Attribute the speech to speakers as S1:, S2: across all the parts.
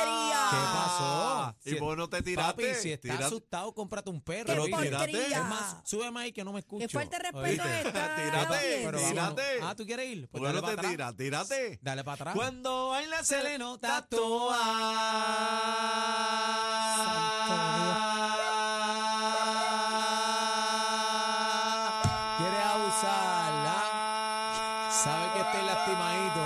S1: Ah.
S2: ¿Cómo no te tiraste?
S3: Papi, si estás
S2: Tírate.
S3: asustado, cómprate un perro.
S2: Pero
S3: ¿viste?
S2: porquería.
S3: Es más, súbeme ahí que no me escucho.
S1: Qué falta de respeto
S3: ¿oíste?
S1: está
S2: Tírate,
S3: Pero
S1: oyendo.
S3: vámonos.
S2: tírate.
S3: Ah, ¿tú quieres ir? Pues
S2: bueno,
S3: dale
S2: te
S3: para atrás.
S2: tira, tírate.
S3: Dale para atrás.
S2: Cuando baila se le nota toa.
S3: Quieres abusarla. Sabe que estoy lastimadito.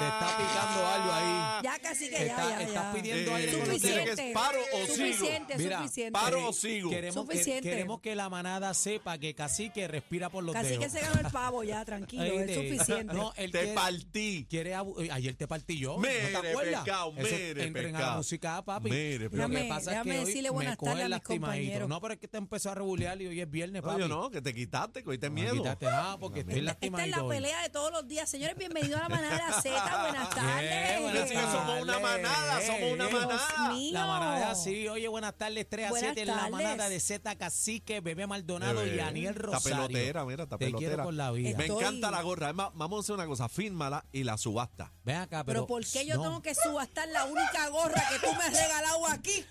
S3: Te está picando algo ahí.
S1: Ya casi que
S3: Está-
S1: ya, ya,
S3: estás
S1: ya.
S3: pidiendo-
S2: Eh,
S3: aire con
S2: tú
S3: los
S2: tienes
S1: dedos.
S2: que- Paro o sigo.
S1: Suficiente,
S3: Mira,
S1: suficiente.
S2: Paro o sigo.
S3: Queremos que,
S1: Suficiente.
S3: queremos que la manada sepa que Cacique respira por los
S1: Casi
S3: dedos.
S1: que se ganó el pavo ya, tranquilo,
S3: Ahí
S1: es
S3: de-
S1: suficiente.
S3: No, él
S2: Te
S3: quiere-
S2: partí.
S3: quiere abu- Oye, ayer te partí yo.
S2: Mere,
S3: ¿No te acuerdas?
S2: pescado,
S3: Eso
S2: mere,
S3: entren a la
S2: pescado.
S3: música, papi.
S2: Mere,
S3: Lo
S2: pescado.
S3: que pasa es
S1: Déjame
S3: que hoy
S1: decirle
S3: me
S1: buenas tardes
S3: coge
S1: a mis
S3: lastimadito.
S1: compañeros.
S3: No, pero es que te empezó a regulear y hoy es viernes, papi.
S2: Oye, no, que te quitaste, que hoy te
S3: Ah,
S2: miedo.
S3: quítate, ah, porque estoy
S1: Esta es
S3: lastimadito
S1: la
S3: hoy.
S1: pelea de todos los días. Señores, bienvenidos a la manada de la Z. Buenas tardes.
S3: Bien, buenas
S2: Así que somos una manada, somos una
S3: Dios
S2: manada.
S1: mío.
S3: La manada, sí. Oye, buenas tardes, 3 a
S1: Buenas
S3: 7 en la
S1: tardes.
S3: manada de Z Cacique, Bebé Maldonado
S2: Bebé.
S3: y Aniel
S2: Está
S3: Rosario.
S2: pelotera, mira, está
S3: Te quiero
S2: pelotera.
S3: con la vida.
S2: Me
S1: Estoy-
S2: encanta la gorra. Es más, vamos a hacer una cosa, fírmala y la subasta.
S3: Ven acá, pero...
S1: Pero ¿por qué yo
S3: no.
S1: tengo que subastar la única gorra que tú me has regalado aquí?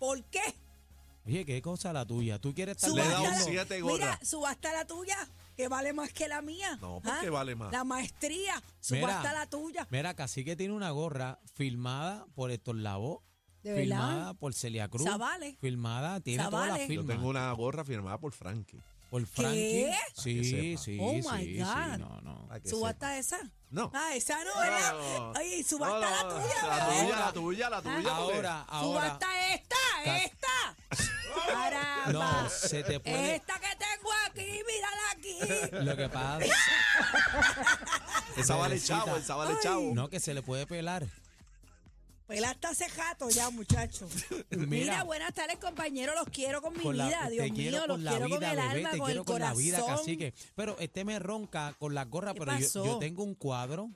S1: ¿Por qué?
S3: Oye, qué cosa la tuya. Tú quieres estar...
S2: Le he dado
S1: Subasta
S2: un
S1: la-
S3: vendiendo-
S2: siete
S1: Mira,
S2: gorras.
S1: subasta la tuya, que vale más que la mía. Ah,
S2: No, ¿por qué vale más?
S1: La maestría,
S3: Mira,
S1: subasta la tuya.
S3: Mira, Cacique tiene una gorra firmada por Héctor Lavoe.
S1: ¿De
S3: Firmada
S1: verdad?
S3: por Celia Cruz.
S1: Zavales.
S3: Firmada, tiene todas las
S1: Zavales.
S3: firmas.
S2: Yo tengo una gorra firmada por Frankie.
S3: Por Frankie.
S2: Para
S3: Sí,
S2: que sepa.
S3: sí,
S1: Oh my
S3: sí, sí,
S1: God.
S3: No, no.
S2: Para que sepa.
S1: ¿Subasta esa?
S2: No.
S1: Ah, esa no, ¿verdad?
S2: No.
S1: Oye, subasta
S2: No,
S1: la
S2: no,
S1: tuya,
S2: La
S1: bebé.
S2: tuya, la tuya, la tuya. porque-
S3: Ahora, ahora.
S1: Subasta esta,
S3: Ca-
S1: esta. Caramba.
S3: No, se te puede...
S1: Esta que tengo aquí, mírala aquí.
S3: Lo que pasa...
S2: Esa vale
S3: Bebecita.
S2: chavo, esa vale
S1: Ay.
S2: chavo.
S3: No, que se le puede pelar.
S1: Pela hasta hace jato ya, muchacho.
S3: Mira.
S1: Mira, buenas tardes, compañeros. Los quiero con mi
S3: Con la- eh,
S1: vida, Dios
S3: te
S1: mío.
S3: quiero
S1: los
S3: con la
S1: quiero
S3: vida,
S1: con el
S3: bebé,
S1: alma,
S3: te
S1: con
S3: quiero
S1: el
S3: con la
S1: corazón.
S3: vida, cacique. Pero este me ronca con las gorras,
S1: ¿Qué
S3: pero yo,
S1: pasó?
S3: yo tengo un cuadro,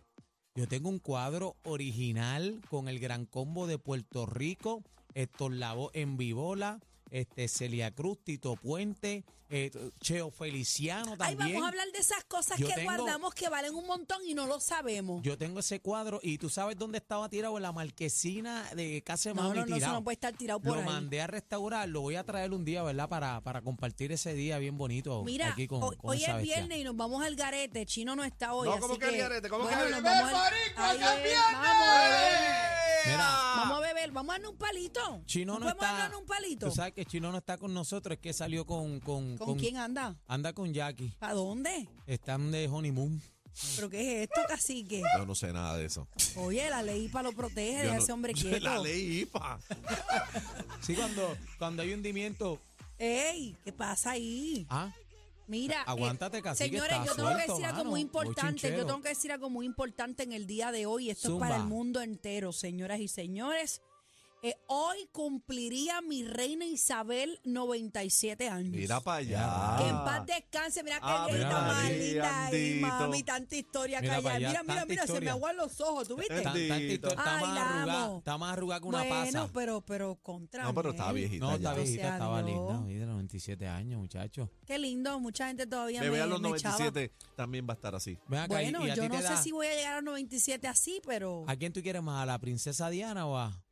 S3: yo tengo un cuadro original con el gran combo de Puerto Rico, Héctor Lavoe en Vivola, este Celia Cruz, Tito Puente, eh, Cheo Feliciano
S1: Ay,
S3: también.
S1: vamos a hablar de esas cosas
S3: Yo
S1: que
S3: tengo-
S1: guardamos que valen un montón y no lo sabemos.
S3: Yo tengo ese cuadro y tú sabes dónde estaba tirado, en la marquesina de Casa de
S1: no,
S3: Mami
S1: no, no, eso
S3: tirado.
S1: no puede estar tirado por
S3: Lo
S1: ahí.
S3: mandé a restaurar, lo voy a traer un día, ¿verdad? Para, para compartir ese día bien bonito.
S1: Mira,
S3: aquí con,
S1: hoy,
S3: con
S1: hoy
S3: esa
S1: es
S3: bestia.
S1: viernes y nos vamos al garete. Chino no está hoy.
S2: No,
S1: así
S2: ¿cómo que al garete? ¿Cómo que
S1: bueno, nos
S2: al garete?
S1: vamos al-
S2: ¡Marico,
S1: ahí
S2: que es
S1: es,
S2: viernes! ¡Eh!
S1: Vamos a beber.
S3: Mira.
S1: Vamos a beber, vamos a darnos un palito.
S3: Chino
S1: ¿Nos
S3: no
S1: podemos
S3: está.
S1: darnos un palito?
S3: Tú sabes que Chino no está con nosotros, es que salió con. ¿Con,
S1: ¿Con, quién anda?
S3: Anda con Jackie.
S1: ¿Para dónde?
S3: Están de honeymoon.
S1: ¿Pero qué es esto, cacique?
S2: Yo no sé nada de eso.
S1: Oye, la ley IPA lo protege,
S2: Yo
S1: deja a
S2: no-
S1: ese hombre quieto.
S2: La ley IPA.
S3: Sí, cuando, cuando hay hundimiento.
S1: ¡Ey! ¿Qué pasa ahí?
S3: Ah,
S1: Mira. eh,
S3: Aguántate, cacique,
S1: Señores,
S3: está
S1: yo tengo que
S3: suelto,
S1: decir algo
S3: mano. Muy
S1: muy importante.
S3: chinchero.
S1: Yo tengo que decir algo muy importante en el día de hoy. Esto
S3: Zumba.
S1: es para el mundo entero, señoras y señores. Eh, hoy cumpliría mi reina Isabel 97 años.
S2: Mira para allá.
S3: Ya.
S1: Que en paz descanse, mira
S2: Ah,
S1: qué
S3: mira,
S1: linda, más
S3: María,
S1: linda ahí,
S2: andito.
S1: mami, tanta historia
S3: Mira
S1: callada.
S3: para allá,
S1: Mira, mira,
S3: tanta
S1: mira, se me
S3: historia.
S1: aguan los ojos, ¿tú viste?
S3: tan-
S2: Bendito.
S3: tantito, está
S1: Ay,
S3: más
S1: la
S3: arrugada.
S1: amo.
S3: Está más arrugada que una
S1: bueno, pues,
S3: pasa.
S1: pero, pero contra
S2: No, pero
S1: mí.
S2: estaba viejita
S3: no,
S2: ya.
S3: está viejita,
S1: Gracias a
S3: estaba
S1: Dios.
S3: linda. hoy de los 97 años, muchacho.
S1: Qué lindo, mucha gente todavía
S2: Bebé
S1: me,
S2: a los
S1: me echaba.
S2: 97 también va a estar así.
S3: Ven acá, y-
S1: Bueno,
S3: y a
S1: yo
S3: ti
S1: no
S3: te
S1: sé
S3: da-
S1: si voy a llegar a los 97 así, pero
S3: ¿A quién tú quieres más? ¿A la princesa Diana o a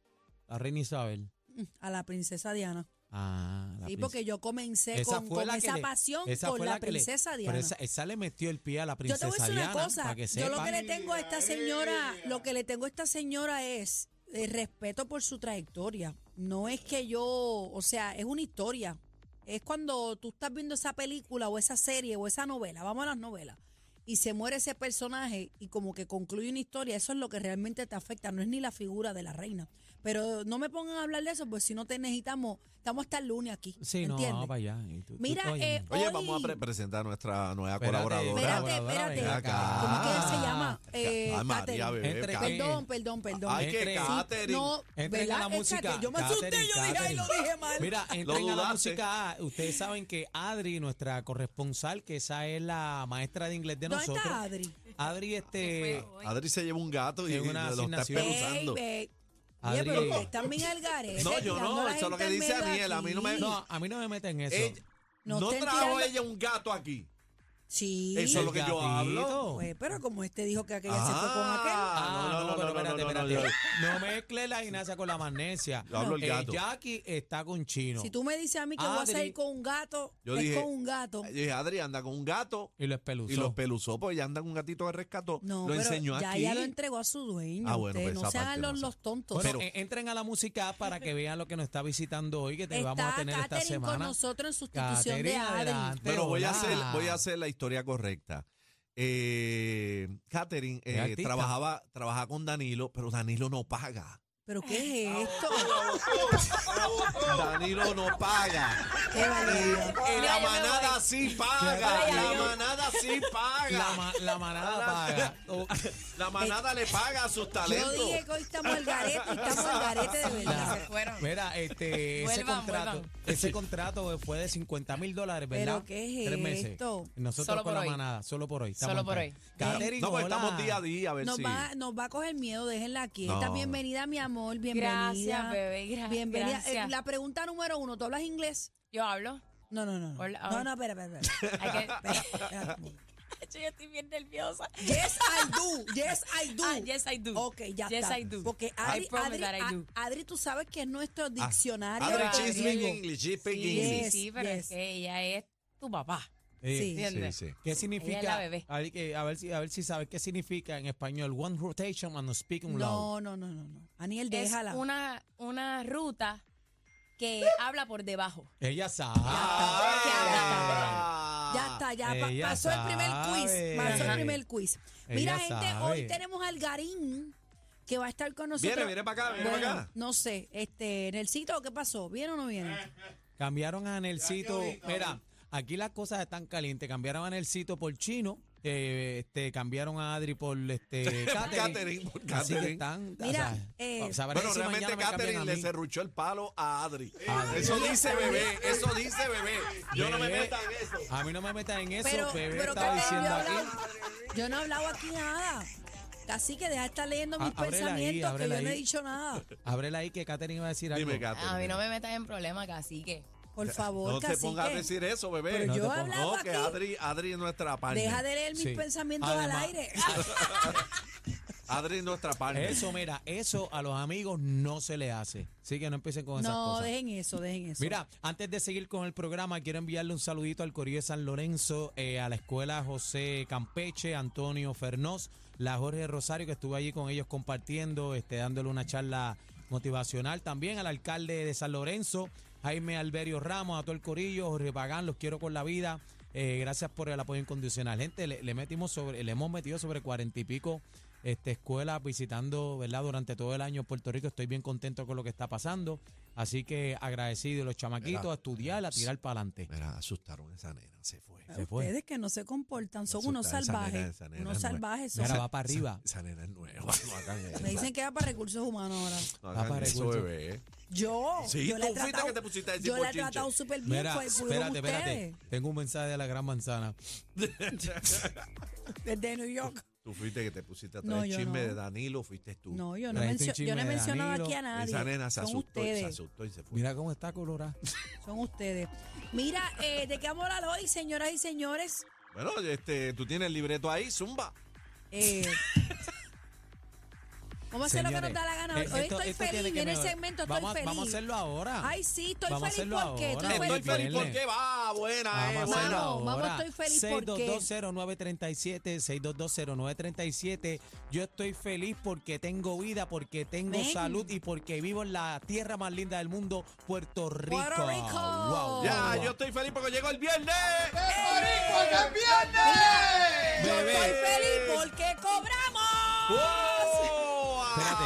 S3: la reina Isabel?
S1: mm, a la princesa Diana.
S3: Ah, la
S1: Sí,
S3: princesa-
S1: porque yo comencé
S3: Esa
S1: con,
S3: fue
S1: con
S3: la que
S1: esa
S3: le-
S1: pasión
S3: esa
S1: por
S3: fue
S1: la
S3: la que le-
S1: princesa
S3: Pero
S1: Diana.
S3: esa, esa le metió el pie a la
S1: yo te
S3: princesa
S1: voy a decir
S3: Diana.
S1: una cosa,
S3: para que
S1: yo lo
S3: sepa.
S1: que le tengo a esta señora, lo que le tengo a esta señora es eh, respeto por su trayectoria. No es que yo, o sea, es una historia. Es cuando tú estás viendo esa película o esa serie o esa novela, vamos a las novelas, y se muere ese personaje y como que concluye una historia, eso es lo que realmente te afecta, no es ni la figura de la reina. Pero no me pongan a hablar de eso, pues si no te necesitamos, estamos hasta el lunes aquí.
S3: Sí, no,
S1: ¿entiendes?
S3: vamos para allá. Y tú- tú-
S1: Mira,
S3: oye,
S1: eh,
S2: Oye,
S1: Hoy-
S2: vamos a pre- presentar a nuestra nueva
S3: Espérate,
S2: colaboradora.
S1: Espérate,
S3: Colaboradora,
S1: espérate.
S3: ven acá.
S1: ¿Cómo es que ella se llama? Eh,
S2: Ay, Ah, María,
S1: Katherine.
S2: bebé.
S3: Entre-
S2: Katherine.
S1: Perdón, perdón, perdón.
S2: Ay, que
S3: Entre-
S2: Katherine.
S1: No,
S3: Entren
S1: ¿verdad?
S3: a la
S1: Es
S3: música.
S1: Katherine. Yo me asusté,
S3: Katherine,
S1: yo dije, ay, lo
S3: Katherine.
S1: dije mal.
S3: Mira, entren a la
S2: dudaste.
S3: música. A. Ustedes saben que Adri, nuestra corresponsal, que esa es la maestra de inglés de
S1: ¿Dónde está
S3: nosotros.
S1: Adri?
S3: Adri, este.
S2: Adri se lleva un gato y
S3: Es una
S2: lo está
S3: asignación.
S2: esperuzando.
S1: Baby. Oye,
S3: Adri-
S1: pero ustedes también al garete.
S2: No, yo no,
S1: tirando a la
S2: eso es lo
S1: gente
S2: que
S1: al
S2: dice
S1: medio de
S2: Aniel, a mí no me-
S1: aquí.
S3: No, a mí no me meten eso.
S2: Ella-
S1: No
S2: Eh, no
S1: estén
S2: trajo
S1: tirando-
S2: ella un gato aquí.
S1: Sí.
S2: Eso es lo
S3: El
S2: que yo hablo.
S3: gatito.
S1: Pues, pero como este dijo que aquella se fue con aquel.
S2: Ah,
S3: Ah, no, pero espérate, espérate, espérate. No mezcle la gimnasia con la magnesia.
S2: Yo hablo el
S3: Eh,
S2: gato.
S3: Jackie está con Chino.
S1: Si tú me dices a mí que voy a
S3: Adri-
S1: salir con un gato,
S2: Yo
S1: es
S2: dije-
S1: con un gato.
S2: Yo dije, Adri anda con un gato
S3: Y lo espeluzó.
S2: y los peluzó, pues ya andan un gatito de rescató.
S1: No,
S2: lo
S1: pero
S2: enseñó
S1: ya
S2: aquí.
S1: ella lo entregó a su dueño.
S2: Ah, bueno,
S1: Ustedes
S2: pues
S1: no
S2: esa
S1: se hagan
S2: parte
S1: los,
S2: no sé.
S1: los tontos.
S3: Bueno,
S2: Pero-
S3: eh, entren a la música para que vean lo que nos está visitando hoy, que te vamos a
S1: Está
S3: tener esta
S1: Katherine
S3: semana.
S1: con nosotros en sustitución de
S3: Katherine,
S1: Adri.
S3: adelante.
S2: Pero voy a,
S3: Hola.
S2: hacer, voy a hacer la historia correcta. Eh, Katherine
S3: Es
S2: eh,
S3: artista.
S2: trabajaba, trabajaba con Danilo, pero Danilo no paga.
S1: ¿Pero qué es esto?
S2: Danilo no paga.
S1: Qué barbaridad.
S2: Y la manada sí paga. La manada sí
S3: La,
S2: paga.
S3: ma- la manada paga. Oh,
S2: La manada le paga a sus
S1: Yo
S2: talentos.
S1: dije que hoy estamos al garete, estamos al garete de
S3: la-
S1: verdad.
S3: Mira, este, ese
S4: Vuelvan,
S3: contrato,
S4: vuelvan.
S3: ese contrato fue de 50 mil dólares, ¿verdad?
S1: ¿Pero qué es
S3: Tres meses.
S1: esto?
S3: Nosotros
S4: Solo
S3: con
S4: por
S3: la
S4: hoy.
S3: manada, solo por hoy. estamos
S4: Solo por
S3: acá.
S4: hoy.
S3: Catherine,
S2: No, pues
S3: hola.
S2: estamos día a día a ver
S1: Nos
S2: si.
S1: va, nos va a coger miedo, déjenla quieta.
S2: No.
S1: Bienvenida, mi amor, bienvenida.
S4: Gracias, bebé. gra-
S1: Bienvenida. Eh,
S4: gracias.
S1: la pregunta número uno, ¿tú hablas inglés?
S4: Yo hablo.
S1: No, no, no. No,
S4: Hola,
S1: no,
S4: hola.
S1: no espera, espera, espera.
S4: Hay que-
S1: Espera un momento.
S4: yo estoy bien nerviosa.
S1: Yes, I do. Yes, I do.
S4: Ah, yes, I do.
S1: Ok, ya
S4: Yes,
S1: está.
S4: I do.
S1: Porque
S4: I
S1: Adri,
S4: promise
S1: Adri,
S4: that I
S1: a-
S4: do.
S1: Adri, tú sabes que es nuestro diccionario.
S2: Ah, Adri,
S1: de
S2: she's speaking
S1: griego.
S2: English, she's
S4: Sí,
S2: speaking
S4: sí,
S2: English.
S4: sí, pero
S1: Yes,
S4: es que ella es tu papá.
S3: Eh,
S1: Sí.
S4: ¿Entiendes?
S2: Sí, sí.
S3: ¿Qué
S4: Ella es
S3: significa?
S4: la bebé.
S3: A ver, que- a ver si, a ver si sabes qué significa en español. One rotation and speaking loud.
S1: No, no, no, no, no. Aniel,
S4: Es
S1: déjala.
S4: una, una ruta que habla por debajo.
S3: Ella sabe.
S2: Ah.
S1: Ya está, ya pa-
S3: Ella
S1: pasó el primer
S3: sabe.
S1: quiz. Pasó el primer quiz. Mira,
S3: Ella
S1: gente,
S3: sabe.
S1: hoy tenemos al Garín que va a estar con nosotros.
S2: Viene, viene para acá, viene
S1: Bueno,
S2: para acá.
S1: No sé, este, en el sitio, ¿qué pasó? ¿Viene o no viene?
S3: Cambiaron a Anelcito. Mira, aquí las cosas están calientes. Cambiaron a Anelcito por Chino. eh, este, cambiaron a Adri por este, Catering.
S2: Catherine, por
S3: Así que
S2: Catherine.
S3: están.
S1: Mira, eh,
S3: sabrán
S2: Bueno,
S3: si mañana
S2: realmente
S3: me cambian a
S2: Katherine le
S3: mí.
S2: cerruchó el palo a Adri. Eso dice bebé, eso dice bebé. Yo no me
S3: Bebé,
S2: meta en eso.
S3: A mí no me metan en eso.
S1: Pero,
S3: bebé
S1: pero
S3: estaba
S1: Catherine,
S3: diciendo
S1: yo, he
S3: aquí.
S1: hablado- yo no he hablado aquí nada. Así que deja de estar leyendo
S3: A-
S1: mis
S3: ábrela ahí,
S1: pensamientos, que
S3: ábrela
S1: yo no he
S3: ahí.
S1: dicho nada.
S3: Ábrela ahí que Catherine iba a decir algo.
S2: Dime, Catherine.
S4: A mí no me metas en problemas, cacique.
S1: Por favor,
S2: No te
S1: cacique,
S2: pongas a decir eso, bebé.
S1: Pero
S3: No yo te
S2: no,
S3: he pongas.
S1: hablado
S2: que
S1: aquí.
S2: Adri, Adri es nuestra partner.
S1: Deja de leer mis
S3: Sí.
S1: pensamientos
S3: Además-
S1: al aire. Ah,
S2: Adri es nuestra partner.
S3: Eso, mira, eso a los amigos no se le hace. Así que no empiecen con esas
S1: No,
S3: cosas.
S1: dejen eso, dejen eso.
S3: Mira, antes de seguir con el programa, quiero enviarle un saludito al Corillo de San Lorenzo, eh, a la escuela José Campeche, Antonio Fernós, la Jorge Rosario, que estuve allí con ellos compartiendo, este, dándole una charla motivacional. También al alcalde de San Lorenzo, Jaime Alberio Ramos, a todo el Corillo, Jorge Pagán, los quiero con la vida. Eh, gracias por el apoyo incondicional. Gente, le, le metimos sobre, le hemos metido sobre cuarenta y pico este, escuelas visitando, ¿verdad? Durante todo el año Puerto Rico. Estoy bien contento con lo que está pasando. Así que agradecido los chamaquitos
S2: Mira.
S3: a estudiar, a tirar para adelante.
S2: Mira, asustaron a esa nena, se fue.
S3: Se fue.
S1: Ustedes que no se comportan son unos
S2: Asustaron esa
S1: salvajes.
S2: nena, esa nena
S1: unos
S2: es nueva.
S1: salvajes son.
S3: Mira, va para arriba.
S2: Esa nena es nueva. No hagan eso.
S1: Me dicen que va para recursos humanos ahora.
S2: no
S3: Ah,
S2: hagan
S3: para
S2: eso,
S3: recursos.
S2: bebé.
S1: Yo.
S2: Sí,
S1: yo la he
S2: tú fuiste
S1: tratado-
S2: que te pusiste a decir
S1: Yo la he
S2: bochinche.
S1: tratado súper bien.
S3: Mira,
S1: fue- fueron
S3: espérate, espérate.
S1: ustedes,
S3: Tengo un mensaje de la gran manzana.
S1: Desde New York.
S2: Tú fuiste que te pusiste a
S1: No,
S2: traer el
S1: yo
S2: chisme
S1: no.
S2: de Danilo, fuiste tú.
S1: No, yo no,
S3: Trajiste un
S1: mencio-
S3: chisme
S1: yo no he
S3: de
S1: mencionado
S3: Danilo.
S1: aquí a nadie.
S2: Esa nena se
S1: son
S2: asustó, y se
S1: ustedes.
S2: asustó y se fue.
S3: Mira cómo está colorada.
S1: Son ustedes. Mira, eh, ¿de qué vamos a hablar hoy, señoras y señores?
S2: Bueno, este, tú tienes el libreto ahí, zumba.
S1: Eh, vamos a hacer Pues lo que nos
S3: Señores,
S1: da la gana.
S3: eh,
S1: Hoy
S3: esto-
S1: estoy
S3: esto tiene
S1: feliz.
S3: que
S1: Viene el
S3: mejorar.
S1: segmento, estoy
S3: Vamos a-
S1: feliz.
S3: Vamos a hacerlo ahora.
S1: Ay, sí, estoy
S3: Vamos a
S1: feliz
S3: hacerlo
S1: porque
S3: ahora.
S1: estoy
S2: Estoy
S1: feliz.
S2: feliz
S3: viernes.
S2: porque va, buena, eh,
S3: Vamos a
S2: buena.
S3: hacerlo
S1: Vamos, vamos,
S3: ahora.
S1: estoy feliz
S3: 6220937, 6220937. Yo estoy feliz porque tengo vida, porque tengo
S1: Ven.
S3: salud y porque vivo en la tierra más linda del mundo, Puerto Rico.
S1: Puerto Rico.
S3: Wow,
S2: Ya,
S3: wow, wow.
S2: yo estoy feliz porque llegó el viernes.
S1: Yo
S3: Bebé.
S1: estoy feliz porque cobramos.
S2: ¡Wow! Ah.
S3: Espérate,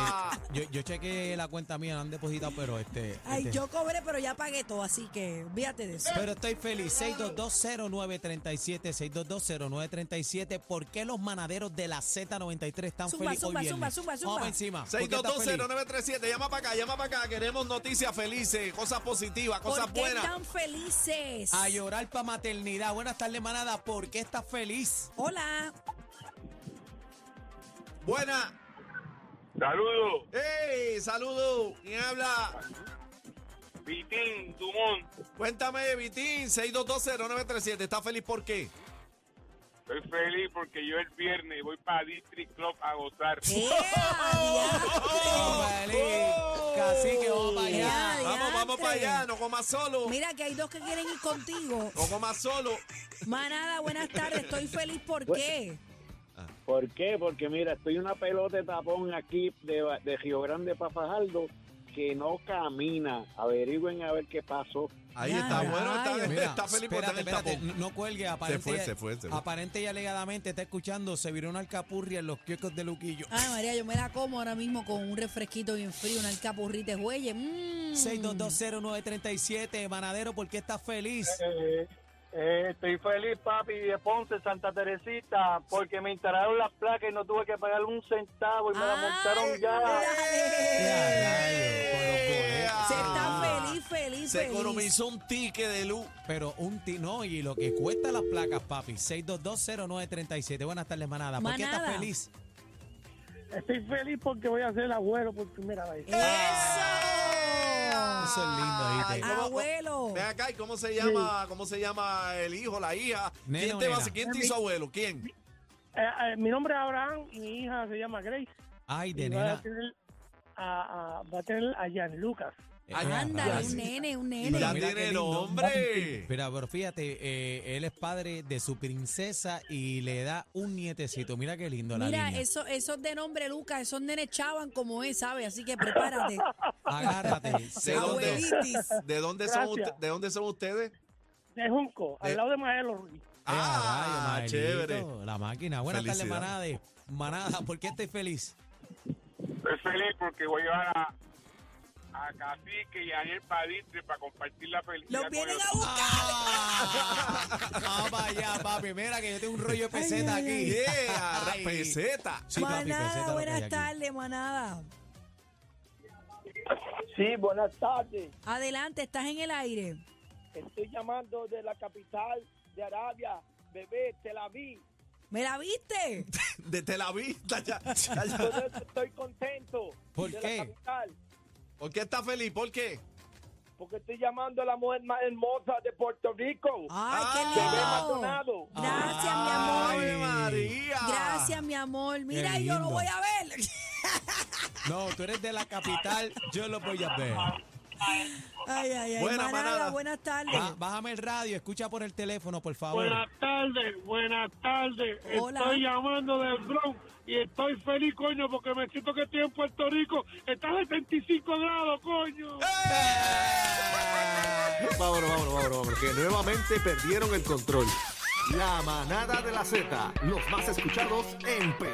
S3: yo, yo chequeé la cuenta mía, no han depositado, pero este.
S1: Ay,
S3: este-
S1: yo cobré, pero ya pagué todo, así que fíjate de eso.
S3: Pero estoy feliz. 6220937, 6220937. ¿Por qué los manaderos de la Z93 están
S1: Zumba,
S3: felices hoy
S1: zumba, zumba,
S3: viernes?
S1: zumba, zumba.
S3: Vamos pa' encima. ¿Por qué estás feliz?
S2: 6220937, llama para acá, llama para acá. Queremos noticias felices, cosas positivas, cosas
S1: ¿Por qué
S2: buenas.
S1: están felices?
S3: A llorar para maternidad. Buenas tardes, manada. ¿Por qué estás feliz?
S1: Hola.
S2: Buena.
S5: Saludos,
S2: ¡Ey! Saludos. ¿Quién habla?
S5: Vitín Dumont.
S2: Cuéntame, Vitín. 6220937, ¿estás feliz por qué?
S5: Estoy feliz porque yo el viernes voy para District Club a gozar.
S1: ¡Eh, adiós!
S2: Oh,
S3: Así que vamos para allá.
S1: Ya,
S2: Vamos, vamos para
S1: diantre.
S2: allá, no comas solo.
S1: Mira que hay dos que quieren ir contigo.
S2: No comas solo.
S1: Manada, buenas tardes. Estoy feliz. ¿Por
S6: Bueno.
S1: qué?
S6: ¿Por qué? Porque mira, estoy una pelota de tapón aquí de, de Río Grande para Fajardo que no camina. Averigüen a ver qué pasó.
S2: Ahí
S1: Ya,
S2: está, bueno, está,
S3: Mira,
S2: está feliz por estar
S3: espérate,
S2: en el
S3: espérate,
S2: tapón.
S3: no- no cuelgue. Aparente,
S2: Se fue, se fue, se fue.
S3: aparente y alegadamente está escuchando, se viró una alcapurria en los kioscos de Luquillo.
S1: Ay, María, yo me la como ahora mismo con un refresquito bien frío, una alcapurrita de jueyes. Mm.
S3: 6220937, manadero, ¿por qué estás feliz?
S6: estoy feliz, papi, de Ponce, Santa Teresita, porque me instalaron las placas y no tuve que pagar un centavo y me las
S1: Ay,
S6: montaron ya.
S1: dale.
S2: Eh,
S3: Ya, rayos,
S1: Se
S3: con los boletos.
S1: está feliz, feliz,
S2: Se
S1: feliz.
S2: economizó un ticket de luz.
S3: Pero un tino y lo que cuesta las placas, papi. 6220937. Buenas tardes, manada. ¿Por qué estás
S1: Manada.
S3: feliz?
S7: Estoy feliz porque voy a ser abuelo por primera vez. Eh,
S1: ¡Eso!
S3: Eso es lindo, ¿viste?
S2: ¿Cómo-
S1: Abuelo.
S2: Ven eh, acá, ¿y cómo se llama, cómo se llama el hijo, la hija?
S3: Nena
S2: ¿Quién
S3: o
S2: te, va,
S3: nena.
S2: quién te hizo abuelo? ¿Quién?
S7: Eh, eh, mi nombre es Abraham y mi hija se llama Grace.
S3: Ay, de
S7: Y va
S3: nena.
S7: a tener a, a- va a, tener a Jan Lucas.
S3: Eh,
S1: Ándale,
S3: rayos.
S1: un nene, un
S2: Mira,
S1: nene.
S2: Ya
S3: mira
S2: tiene
S3: qué lindo.
S2: nombre.
S3: Pero, pero fíjate, eh, él es padre de su princesa y le da un nietecito. Mira qué lindo la
S1: Mira,
S3: niña.
S1: eso, esos de nombre Lucas, esos nenes chavan como es, ¿sabes? Así que prepárate.
S3: Agárrate.
S2: ¿De dónde?
S1: Abuelitis.
S2: ¿De dónde son,
S7: Gracias.
S2: usted- ¿De dónde son ustedes?
S7: De Junco,
S2: Eh.
S7: al lado de Maelo Ruiz.
S2: Ah,
S3: Ah,
S2: chévere.
S3: La máquina. Buenas tardes,
S2: Felicidad.
S3: manada. Manada, ¿por qué estás feliz?
S5: Estoy feliz porque voy a llevar a, a Cacique y a Daniel Palitre para compartir la felicidad.
S1: Los
S5: con
S1: vienen
S5: ellos.
S1: a buscar.
S3: Ah, vamos para allá, papi. Mira que yo tengo un rollo de peseta aquí.
S2: Yeah,
S3: Ay.
S2: peseta.
S3: Sí, papi, peseta
S1: manada,
S3: lo que hay
S1: buenas
S3: aquí.
S1: tardes, manada.
S7: Sí, buenas tardes.
S1: Adelante, estás en el aire.
S7: Estoy llamando de la capital de Arabia. Bebé, te la vi.
S1: ¿Me la viste?
S2: De Tel Aviv. está allá, está allá.
S7: estoy contento.
S3: ¿Por de la qué?
S7: capital.
S2: ¿Por qué está feliz? ¿Por qué?
S7: Porque estoy llamando a la mujer más hermosa de Puerto Rico.
S1: ¡Ay, qué
S2: Ah.
S1: lindo!
S2: Bebé
S7: Maldonado.
S1: Gracias, mi
S2: Ay,
S1: amor.
S2: María.
S1: Gracias, mi amor. Mira,
S3: Ah. Qué
S1: yo lo
S3: lindo.
S1: voy a ver.
S3: No, tú eres de la capital, yo lo voy a ver.
S1: Ay, ay, ay.
S2: Buena
S1: manada,
S2: manada.
S1: buenas tardes.
S3: Ba- bájame el radio, escucha por el teléfono, por favor.
S8: Buenas tardes, buenas tardes.
S1: Hola.
S8: Estoy llamando del Bronx y estoy feliz, coño, porque me siento que estoy en Puerto Rico. Está a 75 grados, coño.
S2: ¡Eh!
S9: Vámonos, vámonos, vámonos, vámonos, que nuevamente perdieron el control. La manada de la Z, los más escuchados en PR.